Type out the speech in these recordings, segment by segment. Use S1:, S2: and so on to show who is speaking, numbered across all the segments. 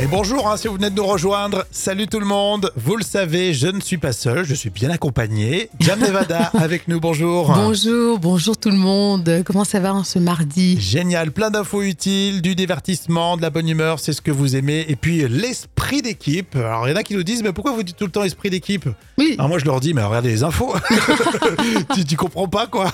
S1: Et bonjour hein, si vous venez de nous rejoindre. Salut tout le monde. Vous le savez, je ne suis pas seul, je suis bien accompagné. Jam Nevada avec nous, bonjour.
S2: Bonjour, bonjour tout le monde. Comment ça va en ce mardi
S1: Génial, plein d'infos utiles, du divertissement, de la bonne humeur, c'est ce que vous aimez. Et puis l'esprit d'équipe. Alors il y en a qui nous disent, mais pourquoi vous dites tout le temps esprit d'équipe
S2: Oui.
S1: Alors moi je leur dis, mais regardez les infos. tu, tu comprends pas quoi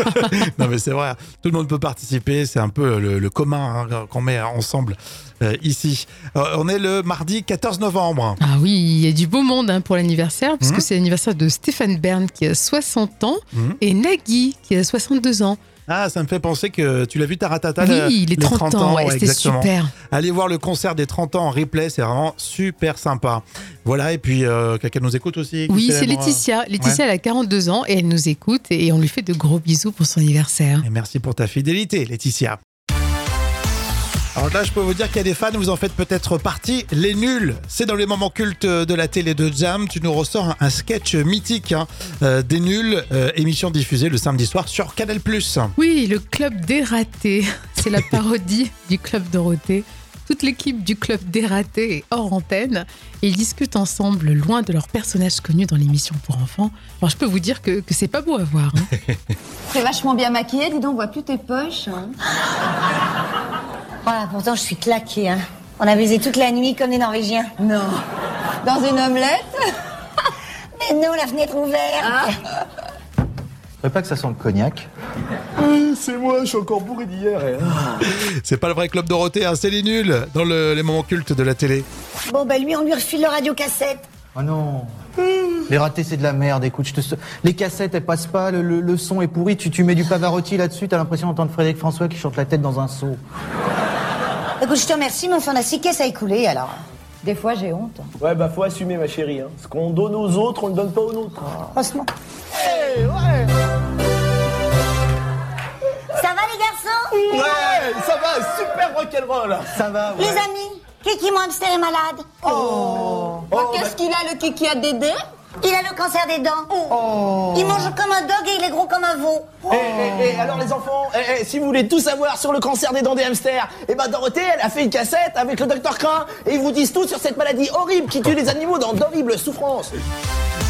S1: Non mais c'est vrai, tout le monde peut participer, c'est un peu le, le commun hein, qu'on met ensemble euh, ici. Euh, on est le mardi 14 novembre.
S2: Ah oui, il y a du beau monde hein, pour l'anniversaire, puisque
S1: Mmh.
S2: c'est l'anniversaire de Stéphane Bern qui a 60 ans
S1: Mhm.
S2: et Nagui qui a 62 ans.
S1: Ah, ça me fait penser que tu l'as vu Taratata le-
S2: oui, il
S1: les
S2: est 30, ans, ouais,
S1: ouais,
S2: c'était
S1: exactement.
S2: super.
S1: Allez voir le concert des 30 ans en replay, c'est vraiment super sympa. Voilà, et puis euh, quelqu'un nous écoute aussi qui
S2: Oui, c'est
S1: célèbre,
S2: Laetitia. Laetitia, elle a 42 ans et elle nous écoute et on lui fait de gros bisous pour son anniversaire.
S1: euh, Et merci pour ta fidélité, Laetitia. Alors là, je peux vous dire qu'il y a des fans, vous en faites peut-être partie. Les nuls, c'est dans les moments cultes de la télé de Jam. Tu nous ressors un, un sketch mythique hein, euh, des nuls, euh, émission diffusée le samedi soir sur Canal+.
S2: Oui, le club des ratés, c'est la parodie du club Dorothée. Toute l'équipe du club des ratés est hors antenne et ils discutent ensemble loin de leurs personnages connus dans l'émission pour enfants. Alors je peux vous dire que, que c'est pas beau à voir. hein.
S3: T'es vachement bien maquillée, dis donc, on voit plus tes poches. hein.
S4: Voilà, pourtant je suis claquée. Hein. On a baisé toute la nuit comme des Norvégiens.
S3: Non. Dans une omelette
S4: Mais non, la fenêtre ouverte.
S5: Faudrait pas que ça sent le cognac.
S6: C'est moi, je suis encore bourré d'hier. et-
S1: C'est pas le vrai club Dorothée, hein, c'est les nuls dans le- les moments cultes de la télé.
S4: Bon, bah lui, on lui refile le radiocassette.
S5: Oh non. Mmh. Les ratés, c'est de la merde. Écoute, je te... se- les cassettes, elles passent pas. Le, le- le son est pourri. Tu, tu mets du Pavarotti là-dessus. T'as l'impression d'entendre Frédéric François qui chante la tête dans un seau.
S4: Écoute, je te remercie, mais enfin, on a six caisses à écouler alors.
S3: Des fois, j'ai honte.
S6: Ouais, bah faut assumer, ma chérie. hein. Ce qu'on donne aux autres, on le donne pas aux nôtres.
S4: Franchement. Ça va les garçons
S6: Ouais, ça va, super rock'n'roll.
S5: Ça va,
S4: Les amis Kiki, mon hamster est malade.
S3: Oh, Qu'est-ce qu'il a, le kiki à Dédé
S4: Il a le cancer des dents. Il mange comme un dog et il est gros comme un veau.
S6: Eh, eh, eh, alors les enfants, eh, eh, si vous voulez tout savoir sur le cancer des dents des hamsters, eh ben Dorothée, elle a fait une cassette avec le docteur Crin et ils vous disent tout sur cette maladie horrible qui tue les animaux dans d'horribles souffrances.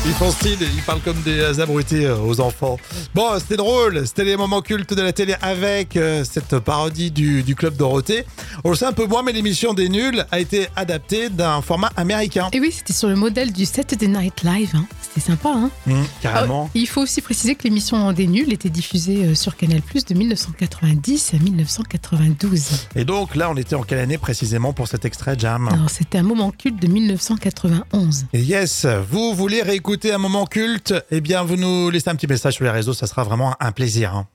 S1: Ils font style, ils parlent comme des abrutis euh, aux enfants. Bon, c'était drôle, c'était les moments cultes de la télé avec euh, cette parodie du, du Club Dorothée. On le sait un peu moins, mais l'émission des nuls a été adaptée d'un format américain.
S2: Et oui, c'était sur le modèle du Saturday Night Live. hein. C'était sympa. hein.
S1: Mmh,
S2: Ah, il faut aussi préciser que l'émission des nuls était diffusée euh, sur Canal+ de 1990 à 1992.
S1: Et donc là, on était en quelle année précisément pour cet extrait, Jam
S2: Alors c'était un moment culte de 1991.
S1: Et Yes, vous voulez réécouter un moment culte Eh bien, vous nous laissez un petit message sur les réseaux, ça sera vraiment un plaisir. hein.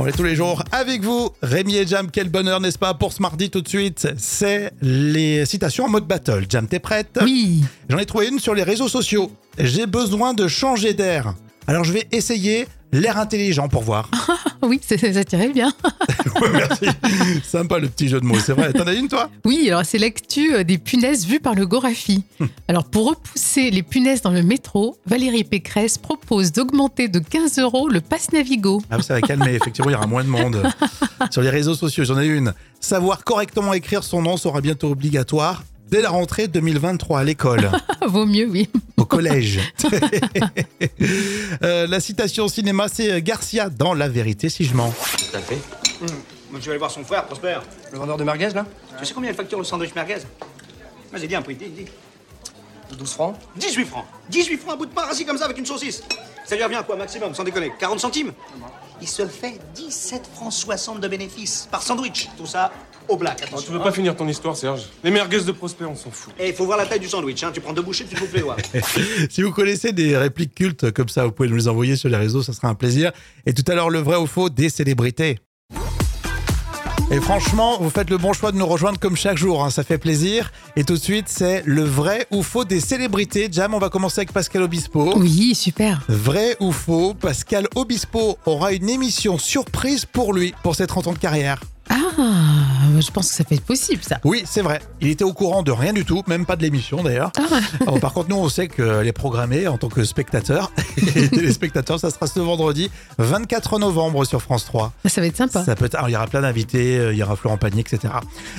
S1: On est tous les jours avec vous, Rémi et Jam, quel bonheur, n'est-ce pas Pour ce mardi tout de suite, c'est les citations en mode battle. Jam, t'es prête
S2: Oui.
S1: J'en ai trouvé une sur les réseaux sociaux. J'ai besoin de changer d'air. Alors je vais essayer l'air intelligent pour voir.
S2: Ah oui, ça, ça tirait bien.
S1: Merci. Sympa le petit jeu de mots, c'est vrai. T'en as une toi
S2: Oui, alors c'est l'actu euh, des punaises vues par le Gorafi.
S1: Hum.
S2: Alors pour repousser les punaises dans le métro, Valérie Pécresse propose d'augmenter de 15 euros le pass Navigo.
S1: Ah, ça va calmer, effectivement, il y aura moins de monde. Sur les réseaux sociaux, j'en ai une. Savoir correctement écrire son nom sera bientôt obligatoire dès la rentrée 2023 à l'école,
S2: Ah, Vaut mieux, oui.
S1: au collège. Euh, la citation cinéma, c'est Garcia dans La vérité si je mens.
S7: Je vais aller voir son frère, Prosper.
S6: Le vendeur de merguez là
S7: Tu sais combien il facture le sandwich merguez Vas-y, dis un prix, dis, dis.
S6: 12 francs
S7: 18 francs 18 francs, un bout de pain rassis comme ça avec une saucisse Ça lui revient à quoi maximum, sans déconner 40 centimes Il se fait 17 francs 60 de bénéfices par sandwich. Tout ça au black,
S8: Oh, tu
S7: attention.
S8: veux pas finir ton histoire, Serge Les merguez de Prosper, on s'en fout.
S7: Et il faut voir la taille du sandwich, hein. tu prends deux bouchées, tu te bouffes les doigts.
S1: Si vous connaissez des répliques cultes comme ça, vous pouvez nous les envoyer sur les réseaux, ça sera un plaisir. Et tout à l'heure, le vrai ou faux des célébrités. Et franchement, vous faites le bon choix de nous rejoindre comme chaque jour, hein, ça fait plaisir. Et tout de suite, c'est le vrai ou faux des célébrités. Jam, on va commencer avec Pascal Obispo.
S2: Oui, super.
S1: Vrai ou faux, Pascal Obispo aura une émission surprise pour lui, pour ses 30 ans de carrière.
S2: Ah, je je pense que ça peut être possible, ça.
S1: Oui, c'est vrai. Il était au courant de rien du tout, même pas de l'émission d'ailleurs.
S2: Ah.
S1: Alors, par contre, nous, on sait qu'elle est programmée en tant que spectateur. Et téléspectateur, ça sera ce vendredi 24 novembre sur France 3.
S2: Ah, Ça va être sympa.
S1: Ça peut être- alors, il y aura plein d'invités, euh, il y aura Florent Pagny, etc.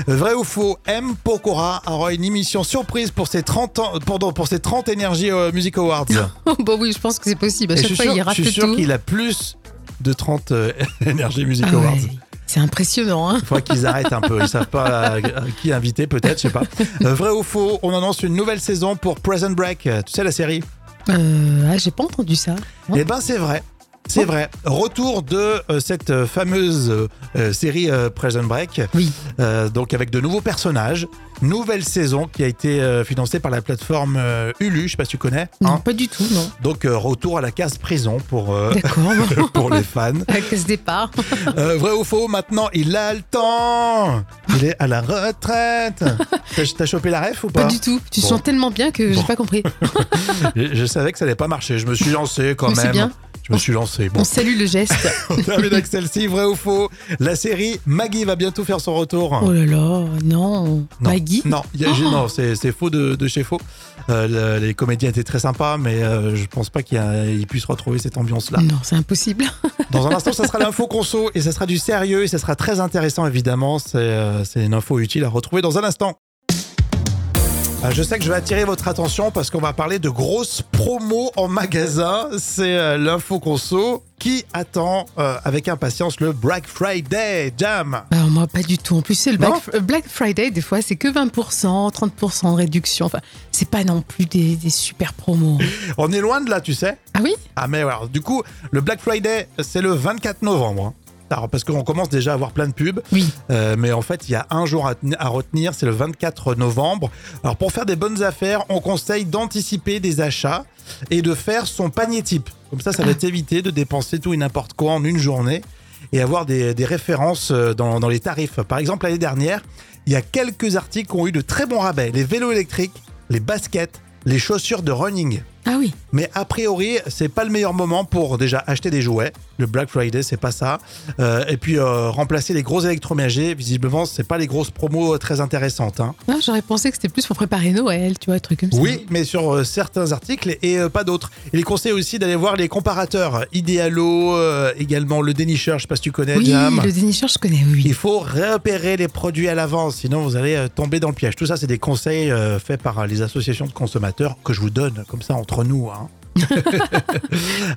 S1: Vrai ou faux, M. Pokora aura une émission surprise pour ses 30 ans, pardon, pour ses 30 Energy euh, Music Awards.
S2: bon, Bah oui, je pense que c'est possible. Ah, À
S1: Et je
S2: chaque
S1: suis
S2: fois, il
S1: sûr, je
S2: rate
S1: suis sûr
S2: tout.
S1: qu'il a plus de 30 euh, Energy Music
S2: Ah ouais,
S1: Awards.
S2: C'est impressionnant, hein.
S1: Il faudrait qu'ils arrêtent un peu. Ils savent pas euh, qui inviter, peut-être, je sais pas. Euh, vrai ou faux, on annonce une nouvelle saison pour Present Break. Euh, Tu sais, la série
S2: Euh, ah, j'ai pas entendu ça. Non.
S1: Eh ben, c'est vrai. C'est vrai. Retour de euh, cette euh, fameuse euh, euh, série euh, Prison Break.
S2: Oui.
S1: Euh, donc, avec de nouveaux personnages. Nouvelle saison qui a été euh, financée par la plateforme euh, Hulu. Je sais pas si tu connais.
S2: Non,
S1: hein.
S2: pas du tout, non.
S1: Donc, euh, retour à la case prison pour, euh,
S2: D'accord.
S1: pour les fans.
S2: Avec ce départ.
S1: Euh, vrai ou faux, maintenant il a le temps. Il est à la retraite. T'as t'as chopé la ref ou
S2: Pas
S1: pas
S2: du tout. Tu
S1: Bon.
S2: sens tellement bien que j'ai
S1: Bon.
S2: pas compris.
S1: je, je savais que ça n'allait pas marcher. Je me suis lancé quand
S2: Mais c'est
S1: même.
S2: bien.
S1: Je me suis lancé. Bon,
S2: On salue le geste.
S1: on termine avec celle-ci. Vrai ou faux La série Maggie va bientôt faire son retour.
S2: Oh là là,
S1: Ah.
S2: non.
S1: Non.
S2: Maggie
S1: Non, il y a- j'ai- non, c'est c'est faux de, de chez faux. Euh, le- les comédiens étaient très sympas, mais euh, je pense pas qu'il y a- ils puissent retrouver cette ambiance-là.
S2: Non, c'est impossible.
S1: Dans un instant, ça sera l'info conso et ça sera du sérieux et ça sera très intéressant évidemment. C'est euh, c'est une info utile à retrouver dans un instant. Ah, Je sais que je vais attirer votre attention parce qu'on va parler de grosses promos en magasin. C'est euh, l'info conso qui attend euh, avec impatience le Black Friday Jam.
S2: Alors Bah, moi, pas du tout. En plus, c'est le
S1: Non
S2: Black, euh, Black Friday, des fois, c'est que 20%, 30% de réduction. Enfin, c'est pas non plus des, des super promos.
S1: On est loin de là, tu sais.
S2: Ah oui
S1: Ah mais alors, du coup, le Black Friday, c'est le 24 novembre. hein. Alors, parce qu'on commence déjà à avoir plein de pubs.
S2: Oui.
S1: Euh, mais en fait, il y a un jour à, ten- à retenir, c'est le 24 novembre. Alors, pour faire des bonnes affaires, on conseille d'anticiper des achats et de faire son panier type. Comme ça, ça va t'éviter de dépenser tout et n'importe quoi en une journée et avoir des, des références euh, dans, dans les tarifs. Par exemple, l'année dernière, il y a quelques articles qui ont eu de très bons rabais. Les vélos électriques, les baskets, les chaussures de running.
S2: Ah oui.
S1: Mais a priori, c'est pas le meilleur moment pour déjà acheter des jouets. Le Black Friday, c'est pas ça. Euh, et puis euh, remplacer les gros électroménagers, visiblement, c'est pas les grosses promos euh, très intéressantes. hein.
S2: Non, j'aurais pensé que c'était plus pour préparer Noël, tu vois, un truc comme ça.
S1: Oui, mais sur euh, certains articles et euh, pas d'autres. Il est conseillé aussi d'aller voir les comparateurs Idealo, euh, également le dénicheur, je sais pas si tu connais,
S2: Oui,
S1: Jam.
S2: le dénicheur, je connais, oui.
S1: Il faut repérer les produits à l'avance, sinon vous allez euh, tomber dans le piège. Tout ça, c'est des conseils euh, faits par euh, les associations de consommateurs que je vous donne, comme ça, entre nous. hein.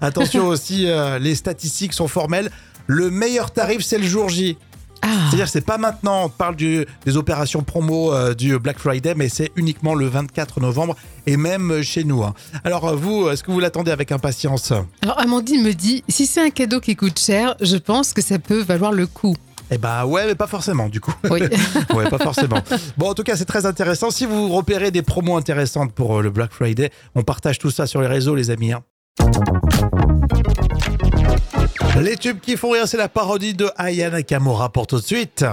S1: Attention aussi, euh, les statistiques sont formelles. Le meilleur tarif, c'est le jour J.
S2: Ah,
S1: C'est-à-dire, c'est pas maintenant. On parle du- des opérations promo euh, du Black Friday, mais c'est uniquement le 24 novembre et même euh, chez nous. hein. Alors, euh, vous, est-ce que vous l'attendez avec impatience
S2: alors Amandine me dit, si c'est un cadeau qui coûte cher, je pense que ça peut valoir le coup.
S1: Eh ben, ouais, mais pas forcément, du coup.
S2: Oui.
S1: Ouais, pas forcément. Bon, en tout cas, c'est très intéressant. Si vous repérez des promos intéressantes pour euh, le Black Friday, on partage tout ça sur les réseaux, les amis. hein. Les tubes qui font rire, c'est la parodie de Aya Nakamura pour tout de suite.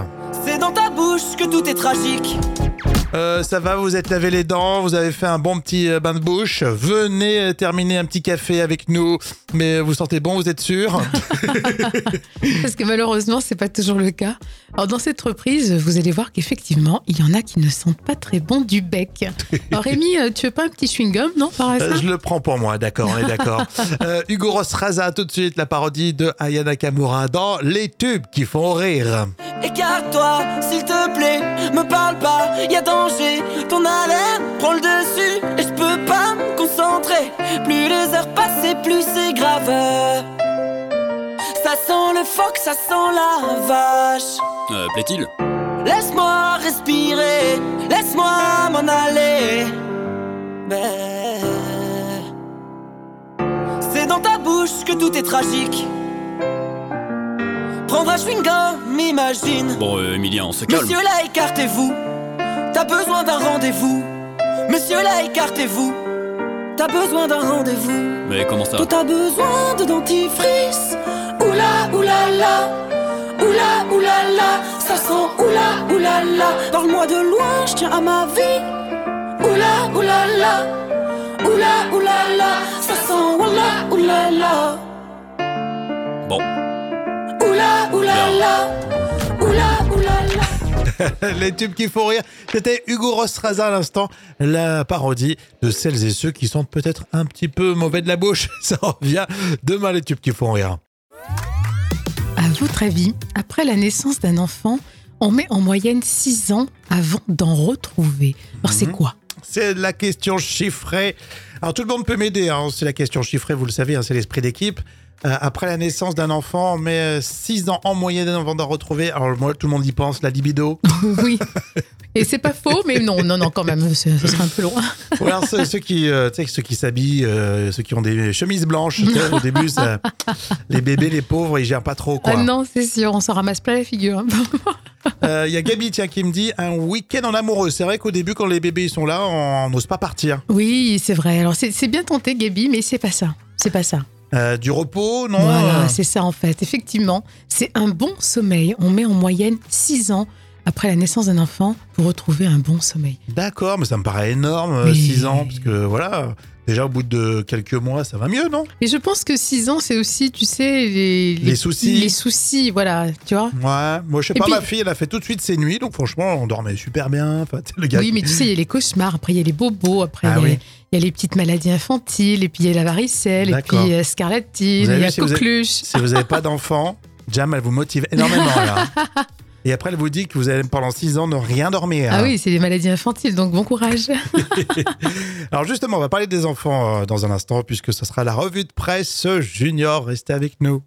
S9: C'est dans ta bouche que tout est tragique.
S1: Euh, ça va, vous vous êtes lavé les dents, vous avez fait un bon petit euh, bain de bouche. Venez euh, terminer un petit café avec nous. Mais euh, vous sentez bon, vous êtes sûr
S2: Parce que malheureusement, c'est pas toujours le cas. Alors, dans cette reprise, vous allez voir qu'effectivement, il y en a qui ne sentent pas très bon du bec. Alors, Rémi, euh, tu veux pas un petit chewing-gum, non, par hasard
S1: Euh, Je le prends pour moi, d'accord, on est d'accord. Euh, Hugo Ross Raza, tout de suite, la parodie de Aya Nakamura dans Les tubes qui font rire.
S9: Écarte-toi, s'il te plaît, me parle pas, y a danger. Ton haleine prend le dessus et je peux pas me concentrer. Plus les heures passent et plus c'est grave. Ça sent le phoque, ça sent la vache.
S10: Euh, plaît-il
S9: Laisse-moi respirer, laisse-moi m'en aller. Mais c'est dans ta bouche que tout est tragique. Prendre un chewing-gum, imagine.
S10: Bon, euh, Emilien, on se calme.
S9: Monsieur là, écartez-vous. T'as besoin d'un rendez-vous. Monsieur là, écartez-vous. T'as besoin d'un rendez-vous.
S10: Mais comment ça
S9: Toi t'as besoin de dentifrice Oula oulala Oula oulala Ça sent oula oulala Parle-moi de loin, je tiens à ma vie Oula oulala Oula oulala Ça sent oula oulala
S10: Bon.
S9: Oula oulala Oula oulala
S1: Les tubes qui font rire. C'était Hugo Rostraza à l'instant, la parodie de celles et ceux qui sont peut-être un petit peu mauvais de la bouche. Ça revient demain, les tubes qui font rire.
S2: À votre avis, après la naissance d'un enfant, on met en moyenne 6 ans avant d'en retrouver. Alors
S1: Mhm.
S2: c'est quoi
S1: C'est la question chiffrée. Alors tout le monde peut m'aider, hein. c'est la question chiffrée, vous le savez, hein, c'est l'esprit d'équipe. Euh, après la naissance d'un enfant, on met 6 ans en moyenne avant d'en retrouver. Alors moi, tout le monde y pense, la libido.
S2: Oui. Et c'est pas faux, mais non, non, non, quand même, ce, ce serait un peu long.
S1: Ou alors ceux, ceux qui, euh, tu sais, ceux qui s'habillent, euh, ceux qui ont des chemises blanches, tu sais, au début, ça- les bébés, les pauvres, ils gèrent pas trop. quoi.
S2: Ah non, c'est sûr, on s'en ramasse plein la figure. hein.
S1: Euh, Il y a Gabi tiens, qui me dit un week-end en amoureux. C'est vrai qu'au début, quand les bébés ils sont là, on n'ose pas partir.
S2: Oui, c'est vrai. Alors c'est c'est bien tenté, Gabi, mais c'est pas ça. C'est pas ça.
S1: Euh, du repos, non
S2: Voilà, c'est ça en fait. Effectivement, c'est un bon sommeil. On met en moyenne 6 ans après la naissance d'un enfant pour retrouver un bon sommeil.
S1: D'accord, mais ça me paraît énorme,
S2: Mais-
S1: 6 ans, parce que voilà, déjà au bout de quelques mois, ça va mieux, non
S2: Et je pense que 6 ans, c'est aussi, tu sais, les,
S1: Les soucis.
S2: Les soucis, voilà, tu vois.
S1: Ouais, moi je sais
S2: Et
S1: pas,
S2: puis-
S1: ma fille, elle a fait tout de suite ses nuits, donc franchement, on dormait super bien. Enfin, tu sais, le gars,
S2: Oui, mais tu sais, il y a les cauchemars, après il y a les bobos, après
S1: Ah
S2: il y a-
S1: oui.
S2: il y, a les petites maladies infantiles, et puis il y a la varicelle, et puis
S1: D'accord.
S2: il y a scarlatine,
S1: Vous avez
S2: il y
S1: vu
S2: a
S1: si vous avez-
S2: coqueluche.
S1: si vous n'avez pas d'enfant, Jam, elle vous motive énormément là. Et après, elle vous dit que vous allez pendant 6 ans ne rien dormir.
S2: Ah oui, c'est les maladies infantiles, donc bon courage.
S1: Alors justement, on va parler des enfants euh, dans un instant, puisque ce sera la revue de presse junior. Restez avec nous.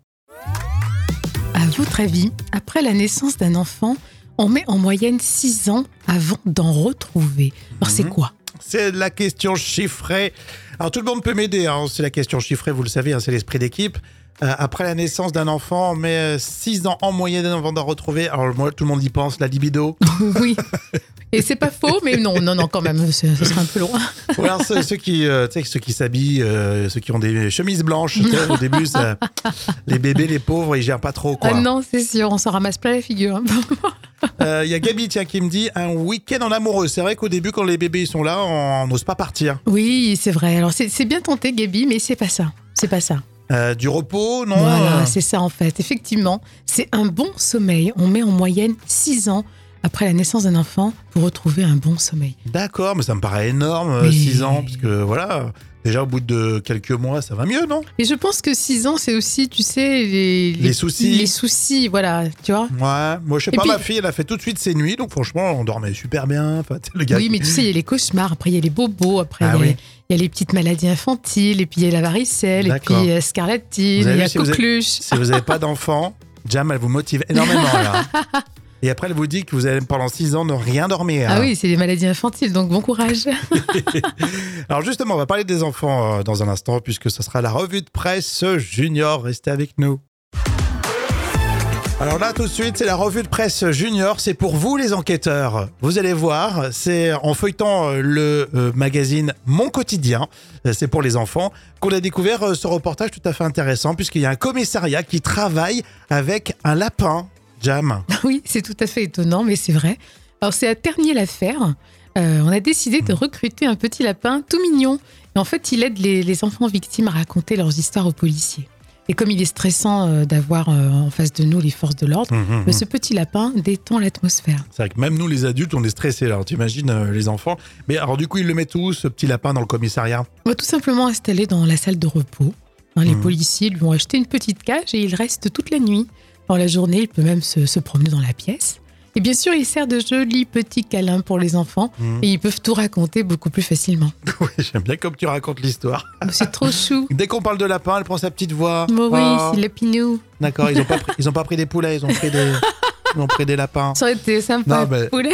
S2: À votre avis, après la naissance d'un enfant, on met en moyenne 6 ans avant d'en retrouver. Alors
S1: Mhm.
S2: c'est quoi
S1: C'est la question chiffrée. Alors tout le monde peut m'aider, hein. c'est la question chiffrée, vous le savez, hein, c'est l'esprit d'équipe. Euh, après la naissance d'un enfant, on met 6 ans en moyenne avant d'en retrouver. Alors moi, tout le monde y pense, la libido.
S2: Oui. Et c'est pas faux, mais non, non, non, quand même, ce, ce serait un peu long.
S1: Ou alors ceux, ceux qui, euh, tu sais, ceux qui s'habillent, euh, ceux qui ont des chemises blanches, tu sais, au début, ça- les bébés, les pauvres, ils gèrent pas trop. quoi.
S2: Ah non, c'est sûr, on s'en ramasse plein la figure. hein.
S1: Euh, Il y a Gabi tiens, qui me dit un week-end en amoureux. C'est vrai qu'au début, quand les bébés ils sont là, on n'ose pas partir.
S2: Oui, c'est vrai. Alors c'est c'est bien tenté, Gabi, mais c'est pas ça. C'est pas ça.
S1: Euh, du repos, non
S2: Voilà, c'est ça en fait. Effectivement, c'est un bon sommeil. On met en moyenne 6 ans après la naissance d'un enfant pour retrouver un bon sommeil.
S1: D'accord, mais ça me paraît énorme,
S2: Mais-
S1: 6 ans, parce que voilà, déjà au bout de quelques mois, ça va mieux, non
S2: Et je pense que 6 ans, c'est aussi, tu sais, les,
S1: Les soucis.
S2: Les soucis, voilà, tu vois.
S1: Ouais, moi je sais
S2: Et
S1: pas,
S2: puis-
S1: ma fille, elle a fait tout de suite ses nuits, donc franchement, on dormait super bien. Enfin, tu sais, le gars,
S2: Oui, mais tu sais, il y a les cauchemars, après il y a les bobos, après
S1: Ah
S2: il y a-
S1: oui.
S2: il y, a les petites maladies infantiles, et puis il y a la varicelle, et puis
S1: D'accord.
S2: il y a scarlatine,
S1: Vous avez
S2: il y
S1: vu
S2: a
S1: si vous avez-
S2: coqueluche.
S1: si vous n'avez pas d'enfant, Jam, elle vous motive énormément. là. Et après, elle vous dit que vous allez pendant 6 ans ne rien dormir.
S2: Ah oui, c'est des maladies infantiles, donc bon courage.
S1: Alors justement, on va parler des enfants euh, dans un instant, puisque ce sera la revue de presse junior. Restez avec nous. Alors là, tout de suite, c'est la revue de presse junior. C'est pour vous, les enquêteurs. Vous allez voir, c'est en feuilletant euh, le euh, magazine Mon Quotidien, euh, c'est pour les enfants, qu'on a découvert euh, ce reportage tout à fait intéressant, puisqu'il y a un commissariat qui travaille avec un lapin. Jam.
S2: Ah Oui, c'est tout à fait étonnant, mais c'est vrai. Alors, c'est à ternier l'affaire. Euh, on a décidé
S1: Hmm.
S2: de recruter un petit lapin tout mignon. Et en fait, il aide les, les enfants victimes à raconter leurs histoires aux policiers. Et comme il est stressant euh, d'avoir euh, en face de nous les forces de l'ordre,
S1: Hmm.
S2: euh, ce petit lapin détend l'atmosphère.
S1: C'est vrai que même nous, les adultes, on est stressés. Alors, t'imagines euh, les enfants. Mais alors, du coup, ils le mettent où, ce petit lapin, dans le commissariat
S2: On va tout simplement installer dans la salle de repos. Hein, les
S1: Mhm.
S2: policiers lui ont acheté une petite cage et il reste toute la nuit. Dans la journée, il peut même se, se promener dans la pièce. Et bien sûr, il sert de jolis petits câlins pour les enfants
S1: Mhm.
S2: et ils peuvent tout raconter beaucoup plus facilement.
S1: Oui, j'aime bien comme tu racontes l'histoire.
S2: Oh, C'est trop chou.
S1: Dès qu'on parle de lapin, elle prend sa petite voix.
S2: Moi, Bah oui,
S1: Ah,
S2: c'est le pinou.
S1: D'accord, ils n'ont pas, pris- ils ont pas pris des poulets, ils ont pris des, ils ont pris des lapins.
S2: Ça aurait été sympa.
S1: Non, mais-
S2: poulet.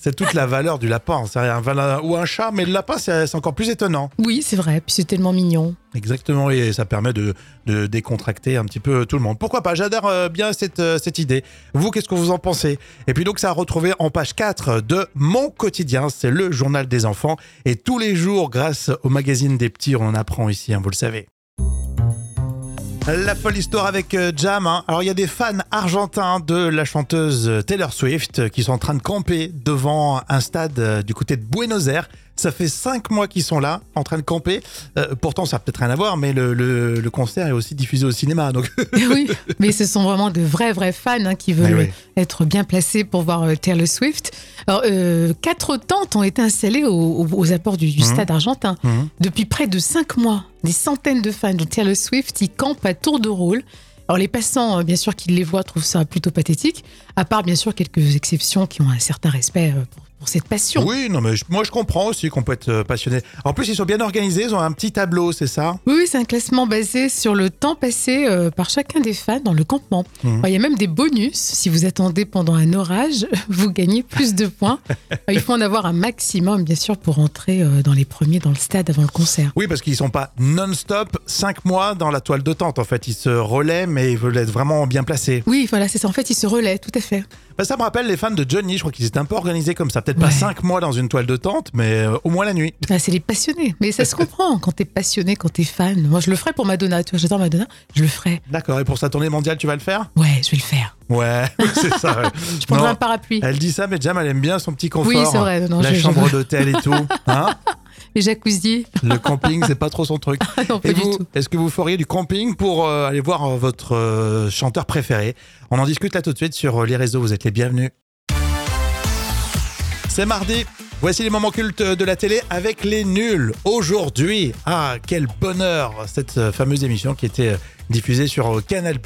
S1: C'est toute la valeur du lapin. C'est un vala- ou un chat, mais le lapin, c'est c'est encore plus étonnant.
S2: Oui, c'est vrai. Puis c'est tellement mignon.
S1: Exactement, et ça permet de, de décontracter un petit peu tout le monde. Pourquoi pas J'adore euh, bien cette, euh, cette idée. Vous, qu'est-ce que vous en pensez Et puis donc, ça a retrouvé en page 4 de Mon Quotidien, c'est le journal des enfants. Et tous les jours, grâce au magazine des petits, on en apprend ici, hein, vous le savez. La folle histoire avec euh, Jam. hein. Alors, il y a des fans argentins de la chanteuse Taylor Swift qui sont en train de camper devant un stade euh, du côté de Buenos Aires. Ça fait cinq mois qu'ils sont là, en train de camper. Euh, pourtant, ça n'a peut-être rien à voir, mais le, le- le concert est aussi diffusé au cinéma. Donc,
S2: oui, mais ce sont vraiment de vrais, vrais fans hein, qui veulent
S1: Ah oui.
S2: être bien placés pour voir euh, Taylor Swift. Alors, euh, quatre tentes ont été installées au- au- aux apports du, du
S1: Mhm.
S2: stade argentin.
S1: Mhm.
S2: Depuis près de cinq mois, des centaines de fans de Taylor Swift y campent à tour de rôle. Alors les passants, euh, bien sûr, qui les voient, trouvent ça plutôt pathétique, à part bien sûr quelques exceptions qui ont un certain respect euh, pour, pour cette passion.
S1: oui, non, mais je- moi je comprends aussi qu'on peut être euh, passionné. En plus, ils sont bien organisés, ils ont un petit tableau, c'est ça
S2: Oui, oui, c'est un classement basé sur le temps passé euh, par chacun des fans dans le campement.
S1: Mhm.
S2: Alors, Il y a même des bonus. Si vous attendez pendant un orage, vous gagnez plus de points. Alors, Il faut en avoir un maximum, bien sûr, pour entrer euh, dans les premiers dans le stade avant le concert.
S1: Oui, parce qu'ils sont pas non-stop, cinq mois dans la toile de tente. En fait, ils se relaient, mais ils veulent être vraiment bien placés.
S2: Oui, voilà, c'est ça. En fait, ils se relaient, tout à fait.
S1: Bah, ça me rappelle les fans de Johnny, je crois qu'ils étaient un peu organisés comme ça. Peut-être pas
S2: Ouais.
S1: cinq mois dans une toile de tente, mais euh, au moins la nuit.
S2: Ah, c'est les passionnés. Mais ça se comprend quand t'es passionné, quand t'es fan. Moi, je le ferais pour Madonna. Tu vois, j'adore Madonna. Je le ferais.
S1: D'accord, et pour sa tournée mondiale, tu vas le faire
S2: Ouais, je vais le faire.
S1: Ouais, c'est ça. ouais.
S2: Je prendrai
S1: Non.
S2: un parapluie.
S1: Elle dit ça, mais Jam, elle aime bien son petit confort.
S2: Oui, c'est vrai. Non, non,
S1: la
S2: je- je-
S1: chambre d'hôtel et tout. Hein
S2: Les jacuzzi.
S1: le camping, c'est pas trop son truc.
S2: Ah non, pas
S1: Et
S2: du
S1: vous,
S2: tout.
S1: est-ce que vous feriez du camping pour euh, aller voir euh, votre euh, chanteur préféré On en discute là tout de suite sur euh, les réseaux. Vous êtes les bienvenus. C'est mardi. Voici les moments cultes de la télé avec les nuls. Aujourd'hui, ah, quel bonheur Cette euh, fameuse émission qui était euh, diffusée sur euh, Canal+,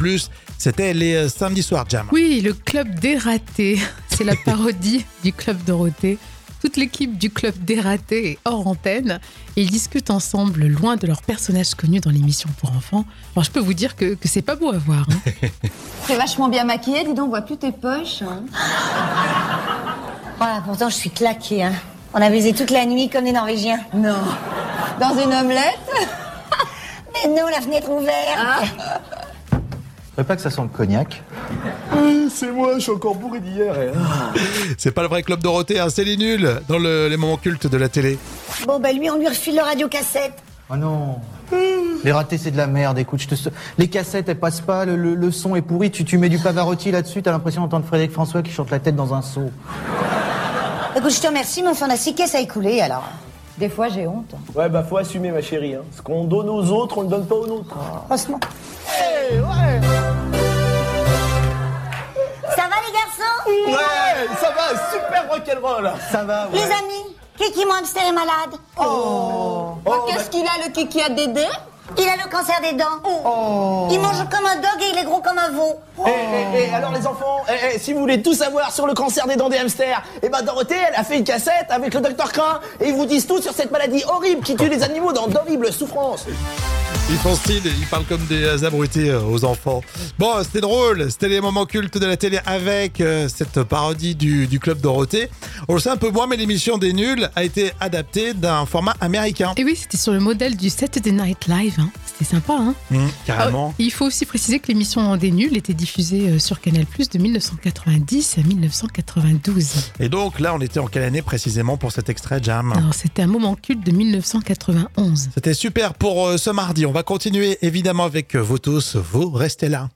S1: c'était les euh, samedis soirs, Jam.
S2: Oui, le club des ratés. C'est la parodie du club Dorothée. Toute l'équipe du club des ratés est hors antenne et ils discutent ensemble loin de leurs personnages connus dans l'émission pour enfants. Alors je peux vous dire que, que c'est pas beau à voir. hein.
S3: T'es vachement bien maquillée, dis donc, on voit plus tes poches. hein.
S4: Voilà, pourtant je suis claquée, hein. On a baisé toute la nuit comme des Norvégiens.
S3: Non. Dans une omelette
S4: Mais non, la fenêtre ouverte.
S5: Faudrait pas que ça sent le cognac.
S6: C'est moi, je suis encore bourré d'hier.
S1: C'est pas le vrai club Dorothée, hein, c'est les nuls dans le- les moments cultes de la télé.
S4: Bon, bah lui, on lui refile le radiocassette.
S5: Oh non. Mmh. Les ratés, c'est de la merde. Écoute, je te... se- les cassettes, elles passent pas. Le, le- le son est pourri. Tu, tu mets du Pavarotti là-dessus. T'as l'impression d'entendre Frédéric François qui chante la tête dans un seau.
S4: Écoute, je te remercie, mais enfin, on a six caisses à écouler, alors.
S3: Des fois, j'ai honte.
S6: Ouais, bah faut assumer, ma chérie. hein. Ce qu'on donne aux autres, on le donne pas aux nôtres.
S4: Franchement. Ça va, les garçons
S6: Ouais, ça va, super rock'n'roll.
S5: Ça va,
S4: Les amis Kiki, mon hamster est malade.
S3: Oh, Qu'est-ce qu'il a, Oh. le kiki à Dédé
S4: Il a le cancer des dents. Il mange comme un dog et il est gros comme un veau.
S3: Oh.
S6: Eh, eh, eh, alors les enfants, eh, eh, si vous voulez tout savoir sur le cancer des dents des hamsters, eh ben Dorothée, elle a fait une cassette avec le docteur Crin et ils vous disent tout sur cette maladie horrible qui tue les animaux dans d'horribles souffrances.
S1: Ils font style, ils parlent comme des euh, abrutis euh, aux enfants. Bon, euh, c'était drôle, c'était les moments cultes de la télé avec euh, cette parodie du, du Club Dorothée. On le sait un peu moins, mais l'émission des nuls a été adaptée d'un format américain.
S2: Et oui, c'était sur le modèle du Saturday Night Live. hein. C'était sympa. hein.
S1: Mmh, carrément.
S2: Ah, il faut aussi préciser que l'émission des nuls était diffusée euh, sur Canal+ de 1990 à 1992.
S1: Et donc là, on était en quelle année précisément pour cet extrait, Jam
S2: Alors c'était un moment culte de 1991.
S1: C'était super pour euh, ce mardi. On va continuer évidemment avec euh, vos tous. Vous restez là.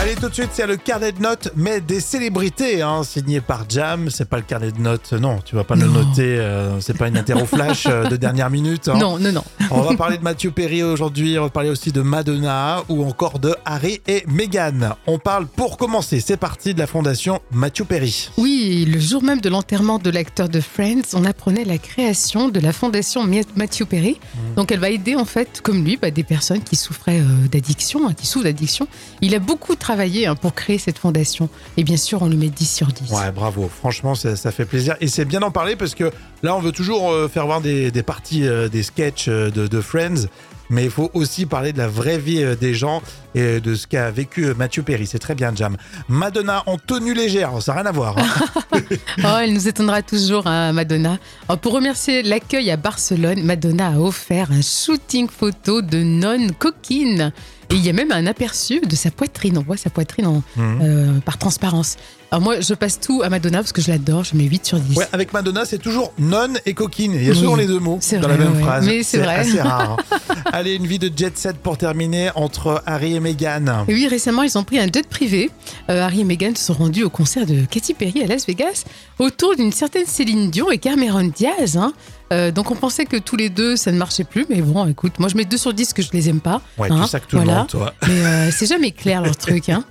S1: Allez, tout de suite, c'est le carnet de notes, mais des célébrités, hein, signé par Jam. C'est pas le carnet de notes, euh, non, tu vas pas le
S2: Non.
S1: noter. euh, c'est pas une interro flash euh, de dernière minute. hein.
S2: Non, non, non.
S1: On va parler de Mathieu Perry aujourd'hui, on va parler aussi de Madonna ou encore de Harry et Meghan. On parle pour commencer, c'est parti de la fondation Mathieu Perry.
S2: Oui, le jour même de l'enterrement de l'acteur de Friends, on apprenait la création de la fondation Mia- Matthew Perry. Donc elle va aider en fait, comme lui, bah, des personnes qui souffraient euh, d'addiction, hein, qui souffrent d'addiction. Il a beaucoup travaillé hein, pour créer cette fondation. Et bien sûr, on lui met 10 sur 10.
S1: Ouais, bravo. Franchement, ça, ça fait plaisir. Et c'est bien d'en parler parce que là, on veut toujours euh, faire voir des, des parties, euh, des sketchs euh, de, de Friends. Mais il faut aussi parler de la vraie vie euh, des gens et de ce qu'a vécu euh, Mathieu Perry. C'est très bien, Jam. Madonna en tenue légère, ça n'a rien à voir. hein.
S2: Oh, elle nous étonnera toujours, hein, Madonna. Alors, pour remercier l'accueil à Barcelone, Madonna a offert un shooting photo de nonnes coquines Et il y a même un aperçu de sa poitrine. On voit sa poitrine en- euh, par transparence. Alors moi, je passe tout à Madonna parce que je l'adore. Je mets 8 sur 10.
S1: Ouais, avec Madonna, c'est toujours non et coquine. Il y a souvent
S2: Oui.
S1: les deux mots
S2: C'est
S1: dans la
S2: vrai,
S1: même
S2: ouais.
S1: phrase.
S2: Mais c'est vrai.
S1: assez rare. hein. Allez, une vie de jet set pour terminer entre Harry et Meghan.
S2: Et oui, récemment, ils ont pris un jet privé. Euh, Harry et Meghan se sont rendus au concert de Katy Perry à Las Vegas autour d'une certaine Céline Dion et Cameron Diaz. hein. Euh, donc on pensait que tous les deux, ça ne marchait plus. Mais bon, écoute, moi je mets 2 sur 10 que je les aime pas.
S1: Ouais,
S2: hein,
S1: tu sacs tout le
S2: voilà.
S1: monde, toi.
S2: Mais euh, c'est jamais clair leur truc. Hein.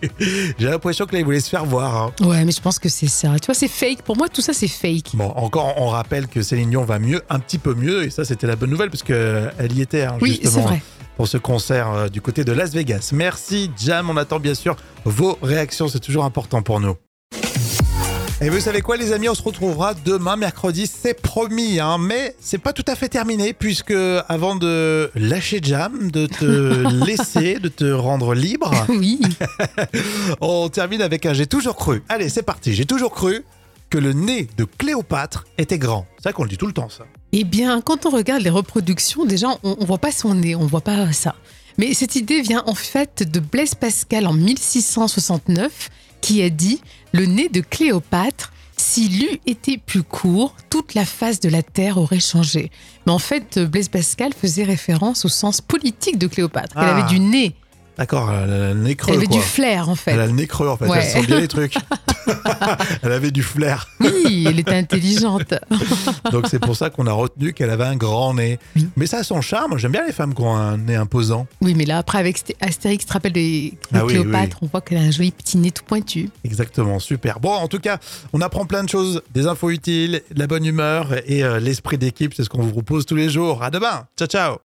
S1: J'ai l'impression que là, ils voulaient se faire voir. hein.
S2: Ouais, mais je pense que c'est ça. Tu vois, c'est fake. Pour moi, tout ça, c'est fake.
S1: Bon, encore, on rappelle que Céline Dion va mieux, un petit peu mieux, et ça, c'était la bonne nouvelle, parce que elle y était, hein,
S2: Oui, c'est
S1: justement,
S2: vrai.
S1: pour ce concert euh, du côté de Las Vegas. Merci, Jam. On attend bien sûr vos réactions, c'est toujours important pour nous. Et vous savez quoi, les amis, on se retrouvera demain, mercredi, c'est promis, hein, mais c'est pas tout à fait terminé, puisque avant de lâcher Jam, de te laisser, de te rendre libre,
S2: Oui.
S1: on termine avec un j'ai toujours cru. Allez, c'est parti. J'ai toujours cru que le nez de Cléopâtre était grand. C'est vrai qu'on le dit tout le temps, ça.
S2: Eh bien, quand on regarde les reproductions, déjà, on, on voit pas son nez, on voit pas ça. Mais cette idée vient en fait de Blaise Pascal en 1669, qui a dit Le nez de Cléopâtre, s'il eût été plus court, toute la face de la Terre aurait changé. Mais en fait, Blaise Pascal faisait référence au sens politique de Cléopâtre. Elle
S1: Ah.
S2: avait du nez,
S1: D'accord, elle a le nez creux,
S2: elle avait
S1: quoi.
S2: du flair, en
S1: Elle a
S2: fait.
S1: le nez creux, en fait.
S2: Ouais.
S1: Elle sent bien les trucs. elle avait du flair.
S2: Oui, elle était intelligente.
S1: Donc, c'est pour ça qu'on a retenu qu'elle avait un grand nez. Mais ça a son charme. J'aime bien les femmes qui ont un nez imposant.
S2: Oui, mais là, après, avec Sté- Astérix, tu te rappelles de
S1: Ah oui,
S2: Cléopâtre, on voit qu'elle a un joli petit nez tout pointu.
S1: Exactement, super. Bon, en tout cas, on apprend plein de choses, des infos utiles, de la bonne humeur et euh, l'esprit d'équipe. C'est ce qu'on vous propose tous les jours. À demain. Ciao, ciao.